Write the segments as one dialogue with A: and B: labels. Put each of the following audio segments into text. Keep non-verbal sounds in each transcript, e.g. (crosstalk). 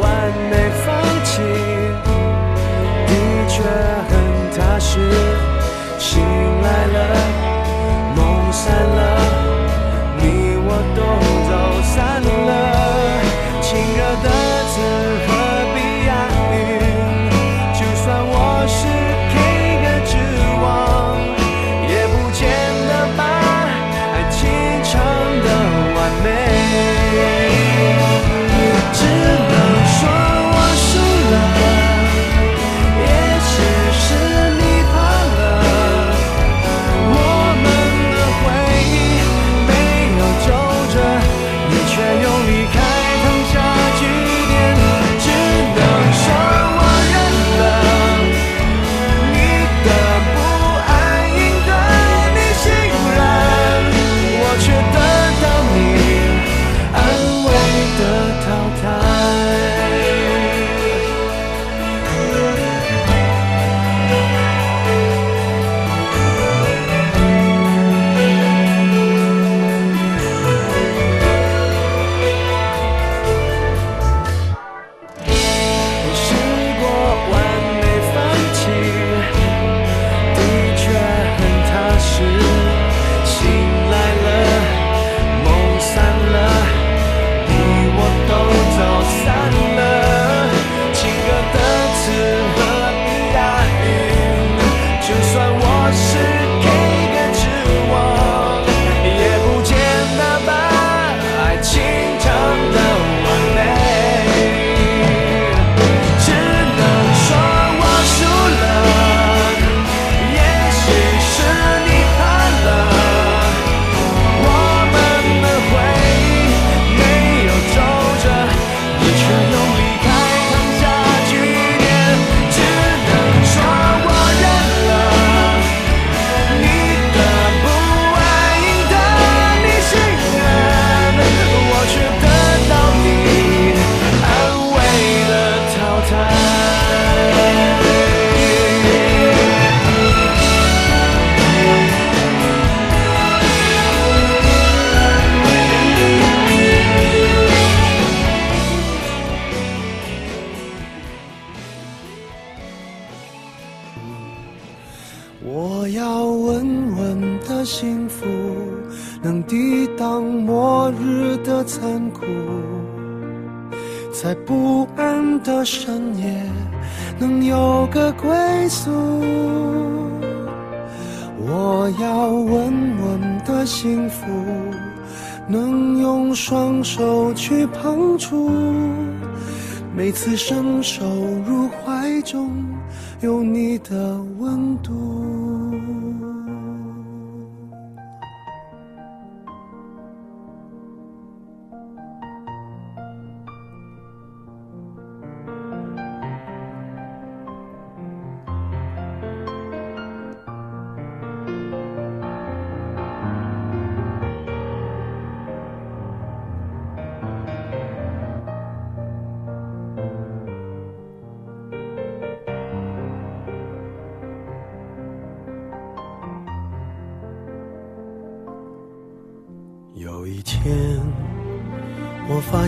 A: 完美放弃，的确很踏实。醒来了，梦散了，你我都走散了。亲热的字何必押韵？就算我是 K 歌之王，也不见得把爱情唱得完美。只能说我输了，也许是你怕了。我们的回忆没有皱褶，你却又离开，烫下句点。只能说我认了，你的不安赢得你信任，我却得到你。安慰的淘汰。我试过完美放弃，的确很踏实。醒来了，梦散了，你我都走散了。情歌的词何必押韵？就算我是 K 歌之王，也不见得把爱情唱得完美。只能说我输了，也许是你怕了。我们的回忆没有皱褶，你却又离开，烫下句点。只能说我认了，你的不安赢得你信任，我却得到你安慰的淘汰。我要稳稳的幸福，能抵挡末日的残酷，在不安的深夜能有个归宿。我要稳稳的幸福，能用双手去碰触，每次伸手入怀中，有你的温度。有一天，我发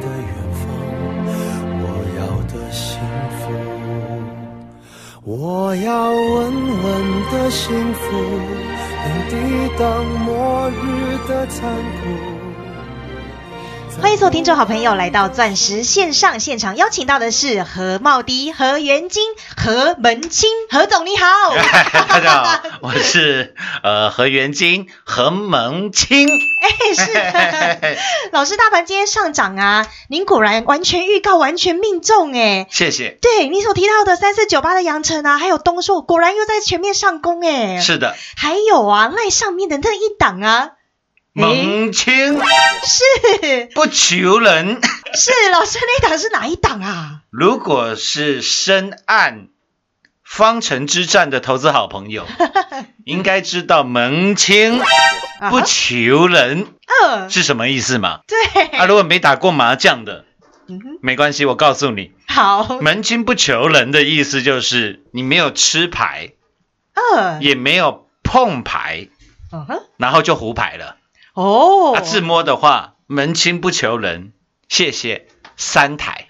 A: 的远方。我要的幸福，我要稳稳的幸福，能抵挡末日的残酷。在
B: 欢迎所有听众好朋友来到钻石线上现场，邀请到的是何茂迪、何元金、何门清，何总
C: (laughs)
B: 你好。哎
C: 大家好，我是呃何元金何蒙清。
B: 哎，是 (laughs) 的，老师，大盘今天上涨啊，您果然完全预告，完全命中哎。
C: (laughs) 谢谢。
B: 对你所提到的三四九八的阳城啊，还有东硕，果然又在全面上攻哎。
C: 是的，
B: 还有啊，赖上面的那一档啊，
C: 蒙清
B: 是
C: 不求人。
B: 是老师那一档是哪一档啊？
C: 如果是深谙方程之战的投资好
B: (laughs)
C: 朋友，应该知道蒙清
B: 啊
C: 不求人
B: 嗯，
C: 是什么意思嘛？
B: 对，
C: 啊，如果没打过麻将的，
B: 嗯哼
C: 没关系，我告诉你，
B: 好，
C: 门清不求人的意思就是你没有吃牌，
B: 嗯，
C: 也没有碰牌，
B: 嗯哼，
C: 然后就胡牌了。
B: 哦
C: 啊，，自摸的话，门清不求人，谢谢
B: (laughs)
C: 三台。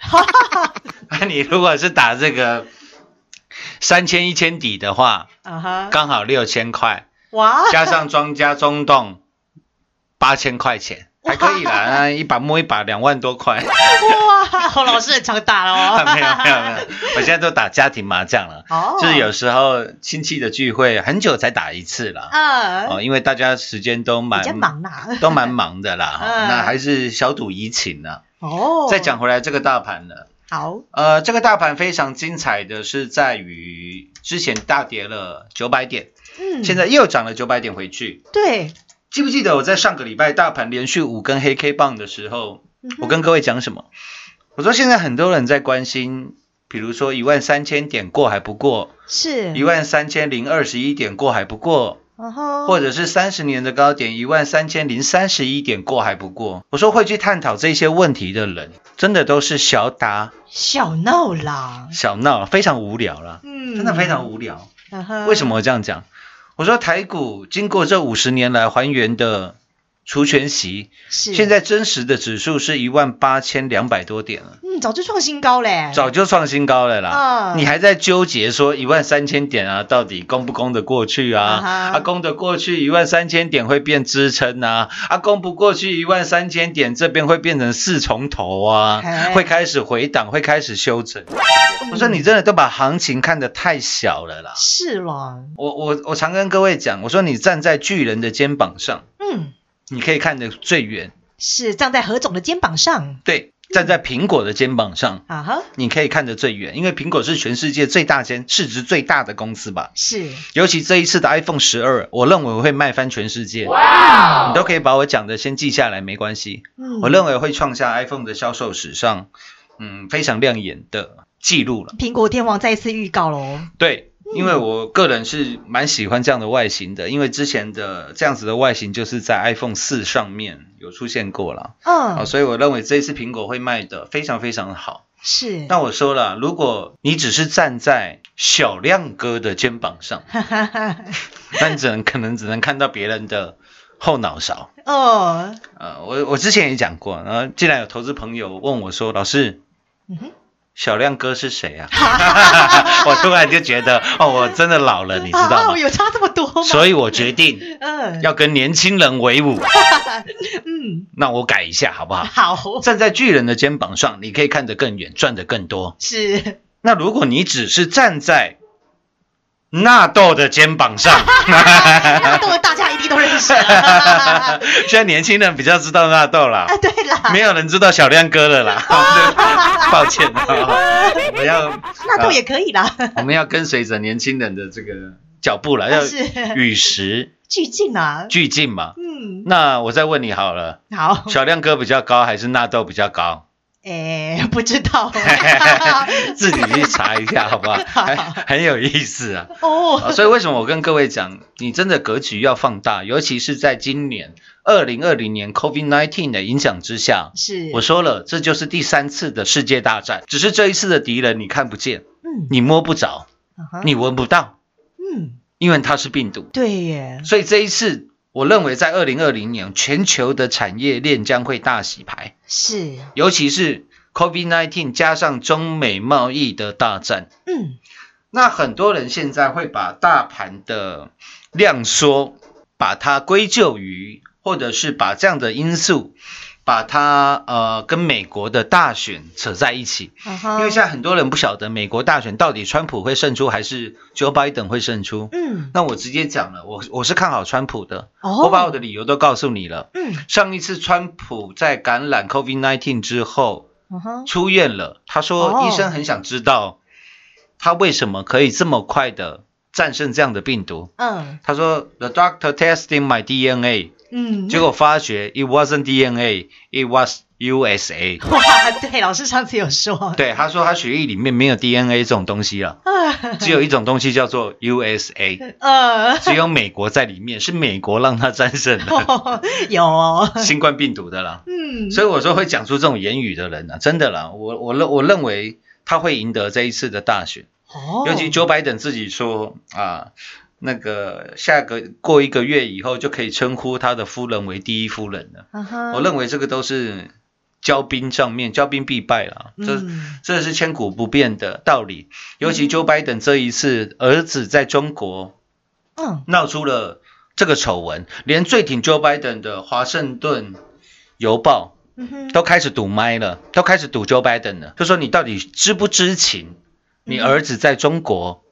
C: 啊，你如果是打这个三千一千底的话，
B: 啊哈，
C: 刚好六千块，
B: 哇，
C: 加上庄家中动八千块钱，还可
B: (laughs)
C: 以啦，一把摸一把两万多块。 (laughs)
B: 哇，老师很常打了哦，
C: 没有没有没有，我现在都打家庭麻将了，
B: (laughs) 哦，
C: 就是有时候亲戚的聚会很久才打一次啦。
B: 嗯，
C: 哦，因为大家时间都蛮
B: 比较忙啊
C: (laughs)
B: 啦， (laughs)
C: 都蛮忙的啦，哈、
B: 嗯
C: 那还是小赌怡情呢、
B: 哦，
C: 再讲回来这个大盘呢，
B: 好，
C: 呃，这个大盘非常精彩的是在于之前大跌了九百点，
B: 嗯，
C: 现在又涨了九百点回去。
B: 对，
C: 记不记得我在上个礼拜大盘连续五根黑 K 棒的时候，
B: 嗯哼
C: 我跟各位讲什么？我说现在很多人在关心，比如说一万三千点过还不过，
B: 是嗯
C: 一，万三千零二十一点过还不过，
B: 然后
C: 或者是三十年的高点一万三千零三十一点过还不过。我说会去探讨这些问题的人，真的都是小打
B: 小闹啦，
C: 小闹，非常无聊啦，
B: 嗯，
C: 真的非常无聊。
B: 嗯哼，
C: 为什么我这样讲？我说台股经过这五十年来还原的除权息，
B: 是
C: 现在真实的指数是一万八千两百多点了。
B: 嗯，早就创新高嘞，
C: 早就创新高了啦！
B: 嗯
C: 你还在纠结说一万三千点啊，到底攻不攻得过去啊
B: 啊？哈
C: 啊，攻得过去一万三千点会变支撑啊，啊，攻不过去一万三千点这边会变成四重头啊
B: 嘿，
C: 会开始回档，会开始修正。我说你真的都把行情看得太小了啦！
B: 是啦，
C: 我我我常跟各位讲，我说你站在巨人的肩膀上，
B: 嗯，
C: 你可以看得最远；
B: 是站在何总的肩膀上，
C: 对，站在苹果的肩膀上，
B: 啊哈，
C: 你可以看得最远，因为苹果是全世界最大间、市值最大的公司吧。
B: 是，
C: 尤其这一次的 iPhone 十二，我认为会卖翻全世界。你都可以把我讲的先记下来，没关系。
B: 嗯，
C: 我认为会创下 iPhone 的销售史上，嗯，非常亮眼的记录了。
B: 苹果天王再一次预告喽，
C: 对，因为我个人是蛮喜欢这样的外形的，因为之前的这样子的外形就是在 iPhone 四上面有出现过了。啊、
B: 嗯，
C: 所以我认为这一次苹果会卖的非常非常好。
B: 是，
C: 那我说了，如果你只是站在小亮哥的肩膀上，
B: (laughs)
C: 那你只能可能只能看到别人的后脑勺。
B: (laughs) 哦，
C: 呃，我我之前也讲过，然后既然有投资朋友问我说，老师，
B: 嗯哼，
C: 小亮哥是谁
B: (laughs)
C: 啊？ (laughs) 我突然就觉得，哦，我真的老了，你知道
B: 啊
C: 吗？
B: 有差这么多吗？
C: 所以我决定
B: (laughs) 嗯，
C: 要跟年轻人为伍。
B: 嗯，
C: 那我改一下好不好？
B: 好，
C: 站在巨人的肩膀上，你可以看得更远，赚得更多。 (laughs)
B: 是，
C: 那如果你只是站在纳豆的肩
B: (laughs)
C: 膀上，
B: 啊那豆大家一定都认识
C: (laughs)
B: 啊，
C: 现在年轻人比较知道纳豆
B: (laughs)
C: 啦，
B: 啊对啦，
C: 没有人知道小亮哥了
B: (laughs)
C: 啦。抱歉啊，我们要啊
B: 纳豆也可以啦，
C: 我们要跟随着年轻人的这个脚步了，要
B: 啊 (laughs) 是
C: 与时
B: 巨进啊，
C: 俱进嘛。
B: 嗯，
C: 那我再问你好了，
B: 好，
C: 小亮哥比较高还是纳豆比较高？
B: 哎，不知道，
C: (laughs) 自己去查一下好不好？
B: 好
C: 很很有意思啊。啊，
B: (laughs) 哦，
C: 所以为什么我跟各位讲，你真的格局要放大，尤其是在今年二零二零年 COVID nineteen 的影响之下，
B: 是，
C: 我说了，这就是第三次的世界大战，只是这一次的敌人你看不见，
B: 嗯，
C: 你摸不着，
B: 啊哈
C: 你闻不到，
B: 嗯，
C: 因为它是病毒。
B: 对耶，
C: 所以这一次，我认为在二零二零年，全球的产业链将会大洗牌，
B: 是，
C: 尤其是 COVID nineteen 加上中美贸易的大战，
B: 嗯，
C: 那很多人现在会把大盘的量缩，把它归咎于，或者是把这样的因素把它呃跟美国的大选扯在一起，
B: 嗯
C: 因
B: 哼
C: 为现在很多人不晓得美国大选到底川普会胜出还是 Joe Biden 会胜出。
B: 嗯
C: 那我直接讲了，我我是看好川普的，
B: 哦
C: 我把我的理由都告诉你了。
B: 嗯
C: 上一次川普在感染 COVID-19 之后
B: 嗯哼
C: 出院了，他
B: 哦
C: 说医生很想知道他为什么可以这么快的战胜这样的病毒。
B: 嗯
C: 他说：“The doctor testing my DNA，
B: 嗯，
C: 结果发觉 it wasn't DNA，it was USA。
B: (laughs) 哇，对，老师上次有说，
C: 对，他说他血液里面没有 DNA 这种东西了，只有一种东西叫做
B: (laughs)
C: USA，
B: (laughs) 呃，
C: 只有美国在里面，是美国让他战胜
B: (laughs)
C: 了 (laughs)
B: 有哦，
C: 新冠病毒的啦。
B: 嗯，
C: 所以我说会讲出这种言语的人啊，真的啦，我我认我认为他会赢得这一次的大选，
B: 哦，
C: 尤其 Joe Biden 自己说啊。”那个下个过一个月以后就可以称呼他的夫人为第一夫人了。
B: 嗯哼，
C: 我认为这个都是骄兵上面，骄兵必败啦，这、
B: 嗯
C: 这是千古不变的道理。尤其 Joe Biden 这一次儿子在中国
B: 嗯
C: 闹出了这个丑闻，连最挺 Joe Biden 的《华盛顿邮报
B: 嗯哼》
C: 都开始堵麦了，都开始堵 Joe Biden 了，就说你到底知不知情？你儿子在中国，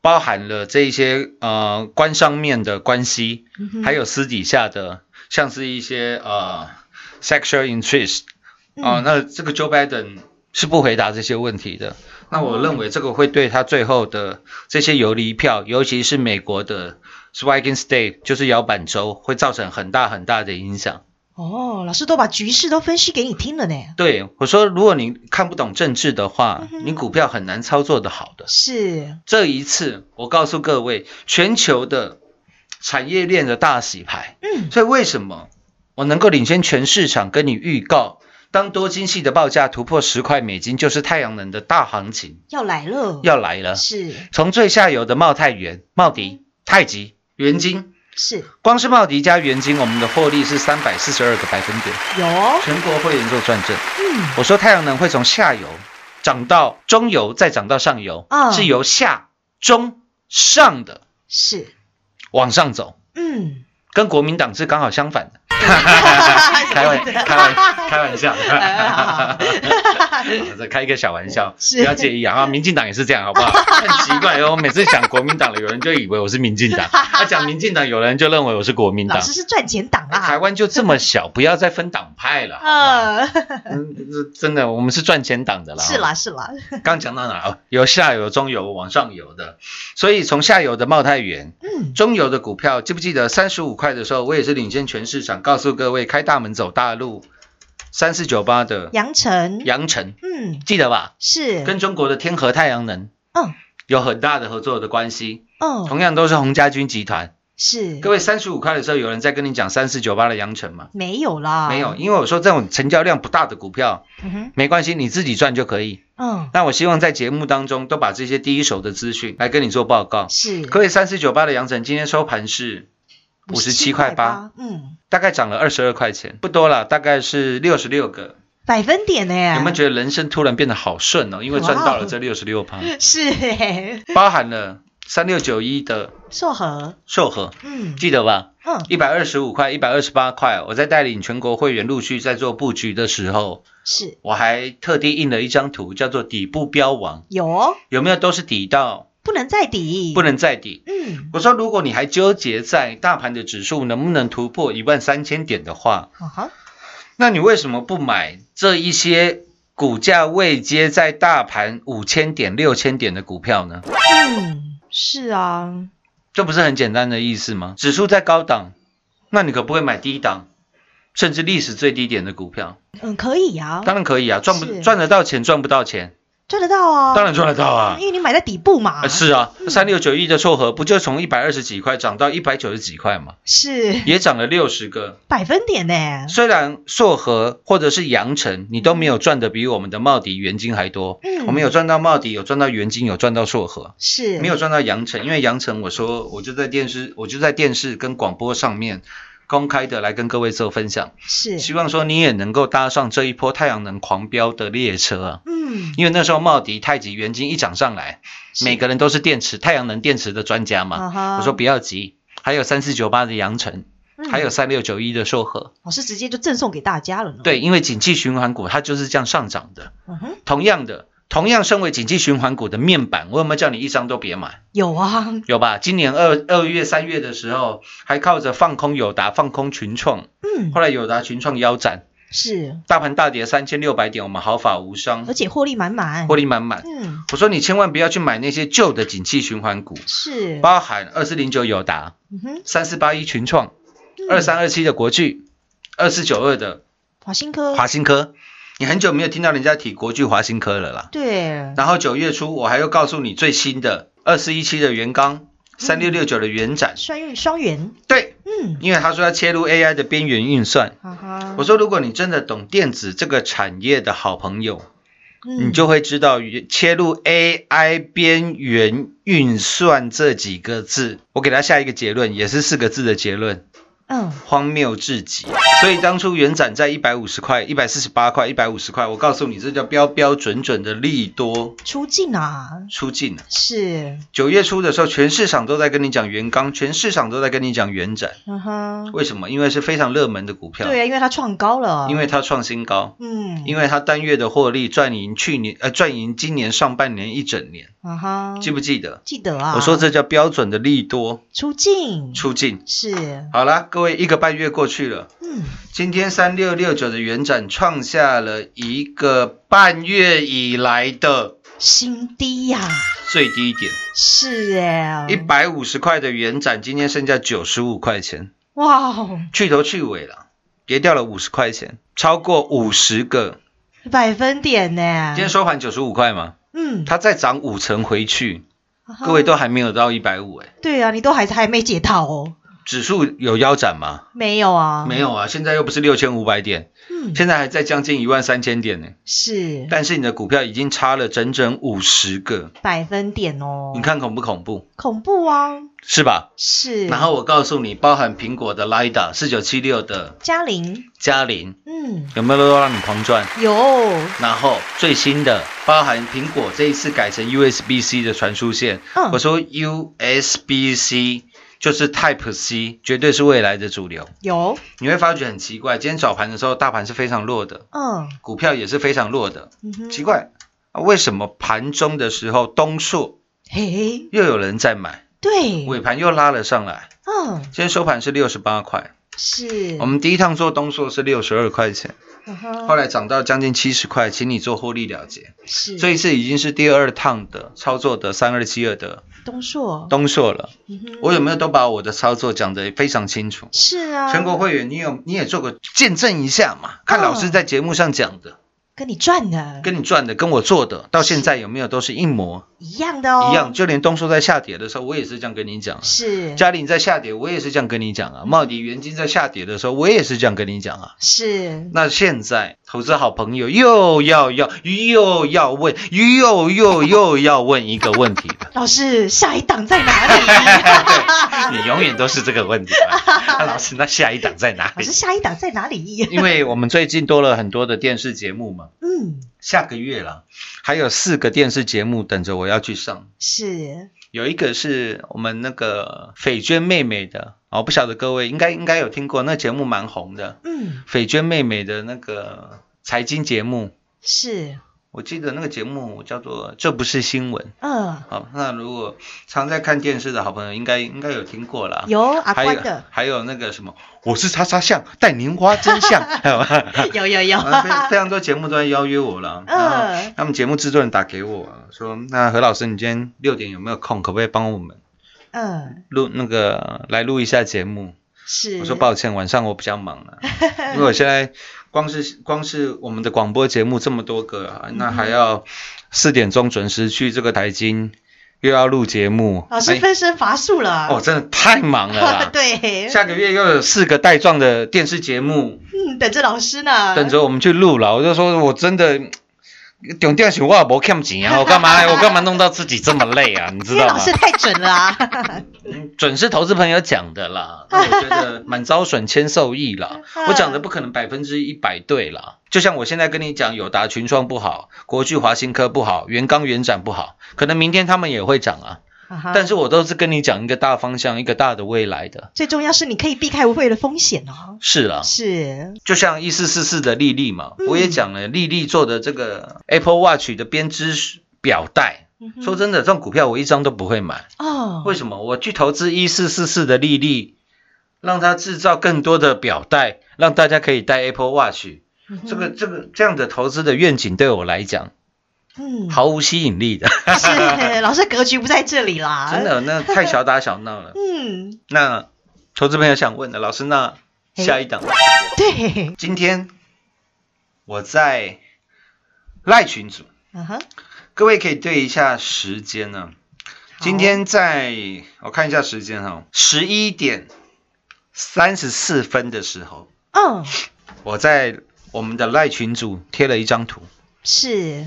C: 包含了这一些呃官上面的关系，
B: 嗯哼
C: 还有私底下的，像是一些呃 sexual interest 啊、
B: 嗯
C: 那这个 Joe Biden 是不回答这些问题的。那我认为这个会对他最后的这些游离票，尤其是美国的 swinging state，就是摇摆州，会造成很大很大的影响。
B: 哦，老师都把局势都分析给你听了呢，
C: 对我说，如果你看不懂政治的话
B: 嗯，哼
C: 你股票很难操作的好的。
B: 是，
C: 这一次，我告诉各位，全球的产业链的大洗牌。
B: 嗯
C: 所以为什么我能够领先全市场，跟你预告，当多晶系的报价突破十块美金，就是太阳能的大行情
B: 要来了，
C: 要来了。
B: 是
C: 从最下游的茂泰元、茂迪、太极、元晶，
B: 是
C: 光是茂迪加元晶，我们的获利是三百四十二个百分点，
B: 有，
C: 全国会员做转正。
B: 嗯
C: 我说太阳能会从下游涨到中游，再涨到上游，
B: 嗯
C: 是由下中上的
B: 是，
C: 往上走，
B: 嗯，
C: 跟国民党是刚好相反
B: (laughs)
C: 的。
B: 开
C: 开玩
B: (laughs)
C: 开玩开玩笑，
B: 哎
C: (laughs)
B: 好
C: 这开一个小玩笑，
B: 是
C: 不要介意啊。啊民进党也是这样，好
B: (laughs)
C: 不好？很奇怪，哦我每次讲国民党了，有人就以为我是民进
B: (laughs)
C: 党；他讲民进党，有人就认为我是国民
B: 老
C: 党。
B: 师是赚钱党
C: 哎台
B: 啊，
C: 湾就这么小，不要再分党派了。好吗
B: 呃，
C: 嗯，这真的，我们是赚钱党的啦。
B: 是啦是啦，
C: 刚讲到哪？哦，有下游、中游、往上游的，所以从下游的茂泰园，
B: 嗯
C: 中游的股票，记不记得三十五块的时候，我也是领先全市场，告诉各位开大门走大路，三四九八的
B: 杨晨，
C: 阳城，
B: 嗯
C: 记得吧？
B: 是，
C: 跟中国的天河太阳能
B: 嗯
C: 有很大的合作的关系，
B: 嗯
C: 同样都是洪家军集团。
B: 是
C: 各，位三十五块的时候，有人在跟你讲三四九八的阳城吗？
B: 没有啦，
C: 没有，，因为我说这种成交量不大的股票
B: 嗯哼
C: 没关系，你自己赚就可以。
B: 嗯
C: 那我希望在节目当中都把这些第一手的资讯来跟你做报告。
B: 是，
C: 各位，三四九八的阳城今天收盘是五十七块八，，
B: 嗯，
C: 大概涨了二十二块钱，不多了，大概是六十六个。
B: 百分点呢，
C: 有没有觉得人生突然变得好顺哦？因为赚到了这六十六趴，
B: (laughs) 是哎，
C: 包含了三六九一的
B: 硕和，
C: 寿和，
B: 嗯
C: 记得吧？
B: 嗯
C: 一百二十五块，一百二十八块，哦我在带领全国会员陆续在做布局的时候，
B: 是
C: 我还特地印了一张图，叫做底部标王，
B: 有哦，
C: 有没有都是底到
B: 不能再抵，
C: 不，能再底？
B: 嗯，
C: 我说，如果你还纠结在大盘的指数能不能突破一万三千点的话，
B: 好好，
C: 那你为什么不买这一些股价未接在大盘五千点、六千点的股票呢？
B: 嗯，是啊，
C: 这不是很简单的意思吗？指数在高档，那你可不可以买低档，甚至历史最低点的股票？
B: 嗯，可以啊，
C: 当然可以啊，赚不
B: 是
C: 赚得到钱，赚不到钱，
B: 赚得到啊，
C: 当然赚得到啊
B: 因。为你买在底部嘛，
C: 啊是啊，三六九一的硕和不就从一百二十几块涨到一百九十几块吗？
B: 是
C: 也涨了六十个
B: 百分点呢，
C: 虽然硕和或者是阳城，你都没有赚的比我们的茂迪、元金还多。
B: 嗯
C: 我们有赚到茂迪，有赚到元金，有赚到硕和，
B: 是
C: 没有赚到阳城，因为阳城我说我就在电视，我就在电视跟广播上面公开的来跟各位做分享，
B: 是，
C: 希望说你也能够搭上这一波太阳能狂飙的列车啊。
B: 嗯，
C: 因为那时候茂迪、太极、元金一涨上来，
B: 是
C: 每个人都是电池、太阳能电池的专家嘛。
B: 啊哈
C: 我说不要急，还有三四九八的阳城，
B: 嗯
C: 还有三六九一的硕和，
B: 老师直接就赠送给大家了呢。
C: 对，，因为景气循环股它就是这样上涨的。
B: 嗯哼，
C: 同样的，同样身为景气循环股的面板，我有没有叫你一张都别买？
B: 有啊，
C: 有吧？今年二二月、三月的时候，还靠着放空友达、放空群创，
B: 嗯，
C: 后来友达、群创腰斩，
B: 是，
C: 大盘大跌三千六百点，我们毫发无伤
B: 而，且获利满满。
C: 获利满满。
B: 嗯，
C: 我说你千万不要去买那些旧的景气循环股，
B: 是，
C: 包含二四零九友达、
B: 嗯哼，嗯
C: 三四八一群创、二三二七的国巨、二四九二的
B: 华新科，
C: 华新科。你很久没有听到人家提国巨、华新科了啦。
B: 对，
C: 然后九月初我还要告诉你最新的二四一七的元刚、三六六九的元展，
B: 双运双元，
C: 对，
B: 嗯，
C: 因为他说要切入 AI 的边缘运算。
B: 哈哈，
C: 我说，如果你真的懂电子这个产业的好朋友，
B: 嗯
C: 你就会知道切入 AI 边缘运算这几个字，我给他下一个结论，也是四个字的结论，
B: 嗯，
C: 荒谬至极。所以当初元展在一百五十块、一百四十八块、一百五十块，我告诉你，这叫标标准准的利多
B: 出境啊，
C: 出尽了。
B: 是，
C: 九月初的时候，全市场都在跟你讲元刚，全市场都在跟你讲元展，
B: 嗯哼，
C: 为什么？因为是非常热门的股票，
B: 对啊，因为它创高了，
C: 因为它创新高，
B: 嗯，
C: 因为它单月的获利赚赢去年呃赚赢今年上半年一整年，
B: 啊哈，
C: 记不记得？
B: 记得啊，
C: 我说这叫标准的利多
B: 出境
C: 出尽。
B: 是，
C: 好啦，各位一个半月过去了，
B: 嗯，
C: 今天三六六九的元展创下了一个半月以来的
B: 新低呀、
C: 最低点，
B: 是哎、
C: 一百五十块的元展今天剩下九十五块钱。
B: 哇哦，
C: 去头去尾了，跌掉了五十块钱，超过五十个。
B: 百分点呢、
C: 今天收盘九十五块嘛，
B: 嗯，
C: 它再涨五成回去，
B: 啊哈
C: 各位都还没有到一百五哎。
B: 对啊，你都还还没解套哦，
C: 指数有腰斩吗？
B: 没有啊，
C: 没，有啊，现在又不是六千五百点，
B: 嗯，
C: 现在还在将近一万三千点呢。
B: 是
C: 但是你的股票已经差了整整五十个，
B: 百分点哦，
C: 你看恐不恐怖？
B: 恐怖啊，
C: 是吧？
B: 是，
C: 然后我告诉你，包含苹果的 Lida 四九七六的
B: 嘉玲，
C: 嘉玲，
B: 嗯，
C: 有没有都让你狂赚？
B: 有，
C: 然后最新的包含苹果这一次改成 USB-C 的传输线，
B: 嗯
C: 我说 USB-C 就是 Type C，绝对是未来的主流。
B: 有，
C: 你会发觉很奇怪，今天早盘的时候大盘是非常弱的，
B: 嗯，
C: 股票也是非常弱的，
B: 嗯哼
C: 奇，怪。啊为什么盘中的时候东硕
B: 嘿，
C: 又有人在买，
B: 对，
C: 尾盘又拉了上来？
B: 嗯，
C: 今天收盘是六十八块，
B: 是，
C: 我们第一趟做东硕是六十二块钱，
B: 嗯哼
C: 后来涨到将近七十块，请你做获利了结。
B: 是，
C: 这一次已经是第二趟的操作的三二七二的
B: 东硕，
C: 东硕了，
B: 嗯哼
C: 我有没有都把我的操作讲得非常清楚？
B: 是啊，
C: 全国会员，你有你也做个见证一下嘛？看老师在节目上讲的，
B: 跟你赚的
C: 跟你赚的，跟我做的，到现在有没有都是一模
B: 一样的哦，
C: 一样？就连东硕在下跌的时候，我也是这样跟你讲啊；
B: 是
C: 嘉玲在下跌，我也是这样跟你讲啊；茂迪、元金在下跌的时候，我也是这样跟你讲啊。
B: 是，
C: 那现在投资好朋友又要要又要问又又又要问一个问题了。
B: 老师下一档在
C: (laughs)
B: 哪里？
C: 你永远都是这个问题吧？啊、老师，那下一档在哪
B: 老
C: 里
B: 师？下一档在哪里？
C: 因为我们最近多了很多的电视节目嘛，
B: 嗯，
C: 下个月了，还有四个电视节目等着我要去上。
B: 是，
C: 有一个是我们那个斐娟妹妹的，哦，不晓得各位应该应该有听过，那节目蛮红的。
B: 嗯，
C: 斐娟妹妹的那个财经节目，
B: 是，
C: 我记得那个节目叫做《这不是新闻》。
B: 嗯，
C: 好，那如果常在看电视的好朋友，应该应该有听过啦。
B: 有阿
C: 还有
B: 宽啊的，
C: 还有那个什么，我是叉叉象，带您挖
B: (laughs)
C: 真相，还有 (laughs) 啊
B: 有有有，
C: 非非常多节目都在邀约我了，然后
B: 嗯
C: 他们节目制作人打给我说，那何老师你今天六点有没有空，可不可以帮我们
B: (laughs) 嗯，
C: 录那个来录一下节目？
B: 是，
C: 我说抱歉，晚上我比较忙
B: (laughs)
C: 了、因为我现在光是光是我们的广播节目这么多个、啊，那还要四点钟准时去这个台金，又要录节目，
B: 老师
C: 哎
B: 分身乏术了，
C: 哦，真的太忙
B: (laughs)
C: 了啦。
B: 对，
C: 下个月又有四个带状的电视节目
B: 嗯，等着老师呢，
C: 等着我们去录了，我就说我真的。重点是我也无欠
B: (laughs)
C: 钱啊，我干嘛我干嘛弄到自己这么累啊？你知
B: 因为
C: 道
B: 老
C: 吗？
B: 师太准了
C: (laughs)
B: 啊，。
C: 嗯准是投资朋友讲的啦，那我觉得满招损，谦受益啦
B: (laughs)
C: 我讲的不可能百分之一百对啦，就像我现在跟你讲，友达群创不好，国巨华新科不好，元刚元展不好，可能明天他们也会涨啊。
B: 哈哈
C: 但是我都是跟你讲一个大方向，一个大的未来的。
B: 最重要是你可以避开无谓的风险哦。
C: 是啦，
B: 是，
C: 就像一四四四的丽丽嘛，
B: 嗯
C: 我也讲了，丽丽做的这个 Apple Watch 的编织表带，
B: 嗯哼
C: 说真的，这种股票我一张都不会买。
B: 哦，
C: 为什么？我去投资一四四四的丽丽，让它制造更多的表带，让大家可以戴 Apple Watch。
B: 嗯哼
C: 这个这个这样的投资的愿景对我来讲
B: 嗯，
C: 毫无吸引力的，
B: 是 (laughs) 老师格局不在这里啦，
C: 真，的，那太小打小
B: (laughs)
C: 闹了。
B: 嗯，
C: 那投资朋友想问的，老师，那
B: 嘿
C: 下一档，
B: 对，
C: 今天我在赖群组，
B: 嗯哼，
C: 各位可以对一下时间呢、今天在我看一下时间哈、哦，十一点三十四分的时候，
B: 嗯，
C: 我在我们的赖群组贴了一张图，
B: 是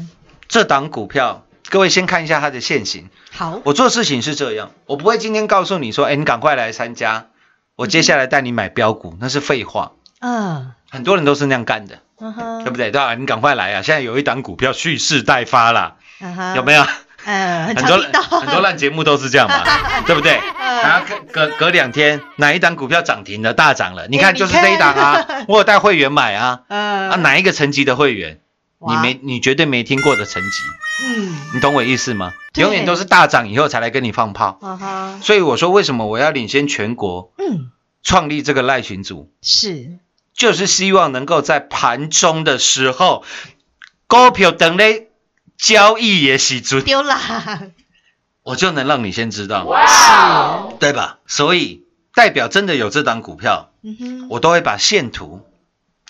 C: 这档股票，各位先看一下它的现形。
B: 好，
C: 我做事情是这样，我不会今天告诉你说，哎，你赶快来参加，我接下来带你买标股，那是废话。
B: 嗯，
C: 很多人都是那样干的，
B: 嗯哼，
C: 对不对？对吧？你赶快来啊！现在有一档股票蓄势待发啦，
B: 嗯哼，
C: 有没有？
B: 呃，很
C: 很
B: 常
C: 多
B: 听到，嗯
C: 很
B: (laughs)
C: 多烂节目都是这样嘛，对不对？然后隔隔隔两天，哪一档股票涨停了、大涨了？你看就是这一档
B: (laughs)
C: 啊，我有带会员买啊，
B: 呃，
C: 啊，哪一个层级的会员？你
B: 哇
C: 没，你绝对没听过的层级，
B: 嗯，
C: 你懂我意思吗？
B: 对
C: 永远都是大涨以后才来跟你放炮。
B: 嗯哼，
C: 所以我说，为什么我要领先全国
B: 嗯，
C: 创立这个赖群组，
B: 是，
C: 就是希望能够在盘中的时候，股票等咧交易的时准，
B: 丢
C: (laughs)
B: 啦，
C: 我就能让你先知道，
B: 是，
C: 对吧？所以代表真的有这档股票，
B: 嗯哼，
C: 我都会把线图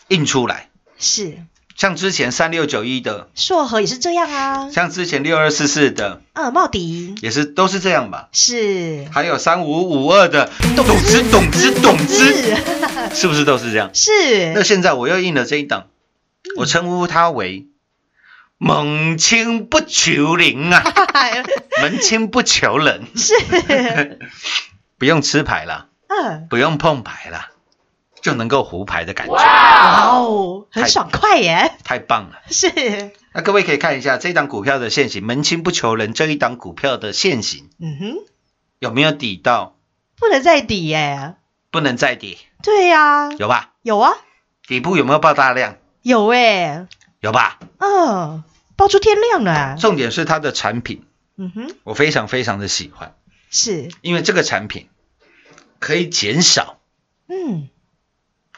C: 印出来，
B: 是，
C: 像之前三六九一的，
B: 硕和也是这样啊，
C: 像之前六二四四的，
B: 呃，茂迪
C: 也是都是这样吧。
B: 是，
C: 还有三五五二的，懂之懂之懂之，
B: 是，
C: 是不是都是这样？那
B: 是，
C: 现在我又印了这一档，我称呼它为“猛清不求灵”啊，门清不求人，
B: 是，
C: (laughs) 不用吃牌了，
B: 嗯，
C: 不用碰牌了，就能够胡牌的感觉，
B: 哇哦，很
C: 太
B: 爽快
C: (laughs)
B: 耶，
C: 太棒了。
B: 是，
C: 那各位可以看一下这一档股票的现形，门清不求人这一档股票的现形
B: 嗯哼，
C: 有没有抵到
B: 不能再抵耶，
C: 不能再抵？
B: 对呀，
C: 有吧？
B: 有啊，
C: 底部有没有爆大量？
B: 有哎，
C: 有吧？
B: 嗯，爆出天亮了，啊
C: 重点是它的产品，
B: 嗯哼，
C: 我非常非常的喜欢，
B: 是，
C: 因为这个产品可以减少
B: 嗯，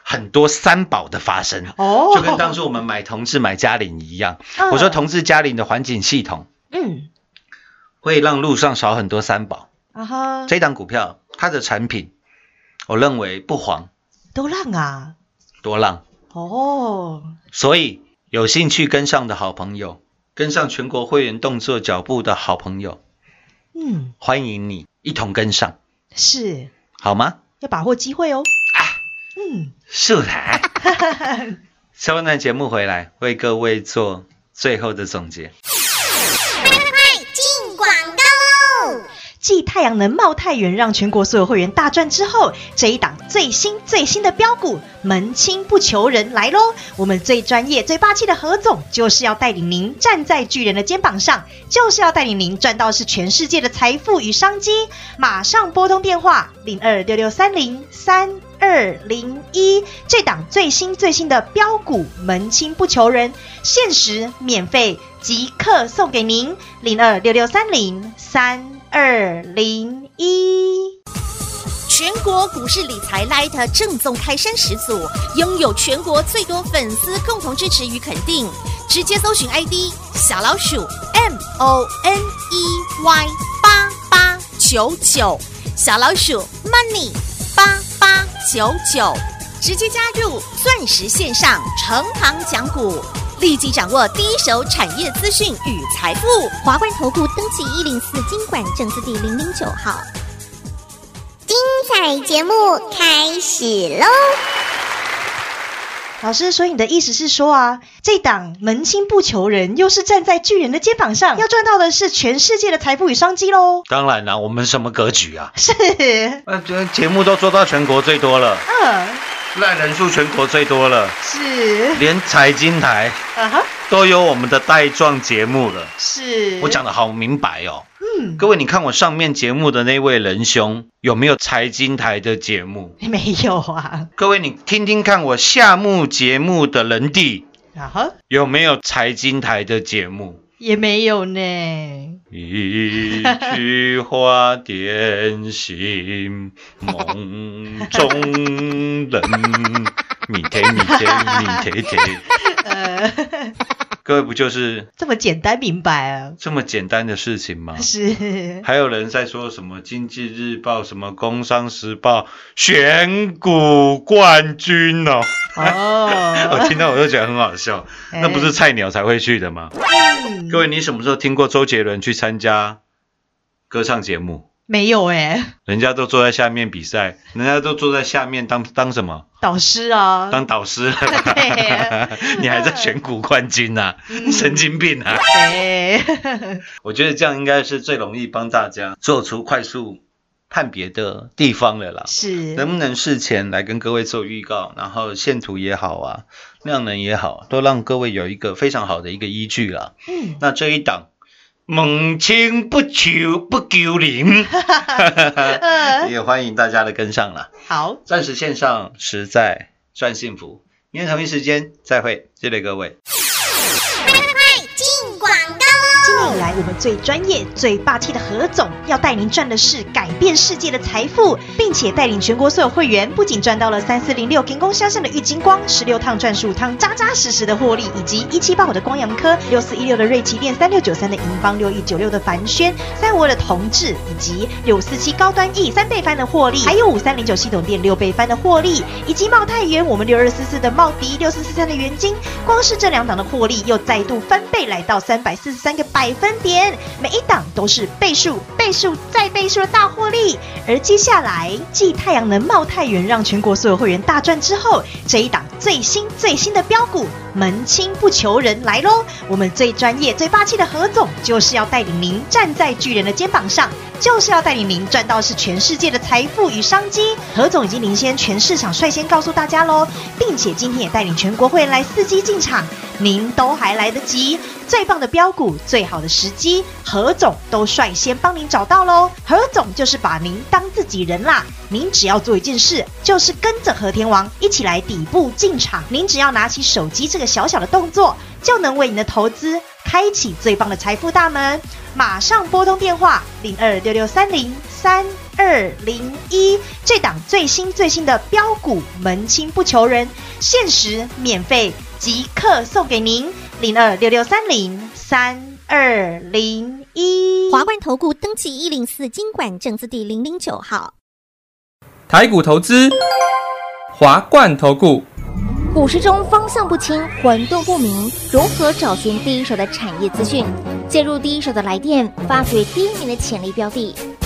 C: 很多三宝的发生，
B: 哦，
C: 就跟当初我们买同志买嘉陵一样。
B: 嗯
C: 我说同志嘉陵的环境系统
B: 嗯，
C: 会让路上少很多三宝。
B: 啊哈，
C: 这档股票它的产品，我认为不黄
B: 都浪啊，
C: 多浪，
B: 哦，
C: 所以有兴趣跟上的好朋友，跟上全国会员动作脚步的好朋友，
B: 嗯，
C: 欢迎你一同跟上，
B: 是
C: 好吗？
B: 要把握机会哦，
C: 啊
B: 嗯，
C: 是的。下半段节目回来为各位做最后的总结。
D: 进广告喽！
B: 继太阳能冒太元让全国所有会员大赚之后，这一档最新最新的标股门清不求人来喽！我们最专业、最霸气的何总，就是要带领您站在巨人的肩膀上，就是要带领您赚到是全世界的财富与商机。马上拨通电话零二六六三零三二零一，这档最新最新的标股门清不求人，限时免费，即刻送给您零二六六三零三二零一。
D: 全国股市理财 Light 正宗开山始祖，拥有全国最多粉丝共同支持与肯定。直接搜寻 ID 小老鼠 M O N E Y 八八九九，小老鼠 Money 八八九九，直接加入钻石线上成行讲股，立即掌握第一手产业资讯与财富。华冠投顾登记一零四经管证字第零零九号。
E: 彩节目开始喽！
B: 老师，所以你的意思是说啊，这档门清不求人，又是站在巨人的肩膀上，要赚到的是全世界的财富与商机喽？
C: 当然啦、我们什么格局啊？
B: 是，
C: 那这节目都做到全国最多了，
B: 嗯，
C: 赖人数全国最多了，
B: 是，
C: 连财经台
B: 嗯哼，
C: 都有我们的带状节目了。
B: 是，
C: 我讲，的好明白哦，
B: 嗯，
C: 各位，你看我上面节目的那位仁兄有没有财经台的节目？
B: 没有啊，
C: 各位，你听听看我下目节目的人弟
B: 然后
C: 有没有财经台的节目？
B: 啊也没有呢，
C: 一句话点醒梦中人，米贴米贴米贴贴。
B: 呃，
C: 各位不就是
B: 这么简单明白啊，
C: 这么简单的事情
B: (laughs)
C: 吗？ (laughs)
B: 是，
C: 还有人在说什么《经济日报》、什么《工商时报》选股冠军哦，我
B: 哦，
C: 听到我就觉得很好笑。那不是菜鸟才会去的吗？
B: 哎嗯
C: 各位，你什么时候听过周杰伦去参加歌唱节目？
B: 没有哎，
C: 人家都坐在下面比赛，人家都坐在下面当当什么？
B: 导师啊，
C: 当导师了吧
B: (laughs) 对？啊
C: (laughs)
B: 嗯
C: 你还在选股冠军呐、你神经病啊！
B: 哎，
C: 我觉得这样应该是最容易帮大家做出快速判别的地方了啦。
B: (laughs) 是，
C: 能不能事前来跟各位做预告，然后线图也好啊，量能也好，都让各位有一个非常好的一个依据啦。
B: 嗯，
C: 那这一档猛清不求不求灵，也欢迎大家的跟上啦。
B: 呃好，
C: 暂时线上实在算幸福，明天同一时间再会，谢谢各位。
E: 进广告喽！
B: 今年以来，我们最专业、最霸气的何总要带您赚的是改变世界的财富，并且带领全国所有会员不仅赚到了三四零六天工相向的郁金光十六趟赚数趟扎扎实实的获利，以及一七八五的光阳科、六四一六的瑞奇店、三六九三的银邦、六一九六的凡轩、三五二的同志，以及六四七高端 E 三倍翻的获利，还有五三零九系统店六倍翻的获利，以及茂泰元我们六二四四的茂迪、六四四三的元金，光是这两档的获利又再度翻倍，来到三百四十三个百分点，每一档都是倍数、倍数再倍数的大获利。而接下来，继太阳能茂太元让全国所有会员大赚之后，这一档最新最新的标股门清不求人来喽！我们最专业、最霸气的何总，就是要带领您站在巨人的肩膀上，就是要带领您赚到是全世界的财富与商机。何总已经领先全市场，率先告诉大家喽，并且今天也带领全国会员来伺机进场，您都还来得及。最棒的标股，最好的时机，何总都率先帮您找到喽。何总就是把您当自己人啦，您只要做一件事，就是跟着和天王一起来底部进场。您只要拿起手机这个小小的动作，就能为你的投资开启最棒的财富大门。马上拨通电话零二六六三零三二零一，这档最新最新的标股门清不求人，限时免费即刻送给您零二六六三零三二零一。
E: 华冠投顾登记一零四经管证字第零零九号，
F: 台股投资，华冠投顾。
E: 股市中方向不清、混沌不明，如何找寻第一手的产业资讯，介入第一手的来电，发掘第一名的潜力标的，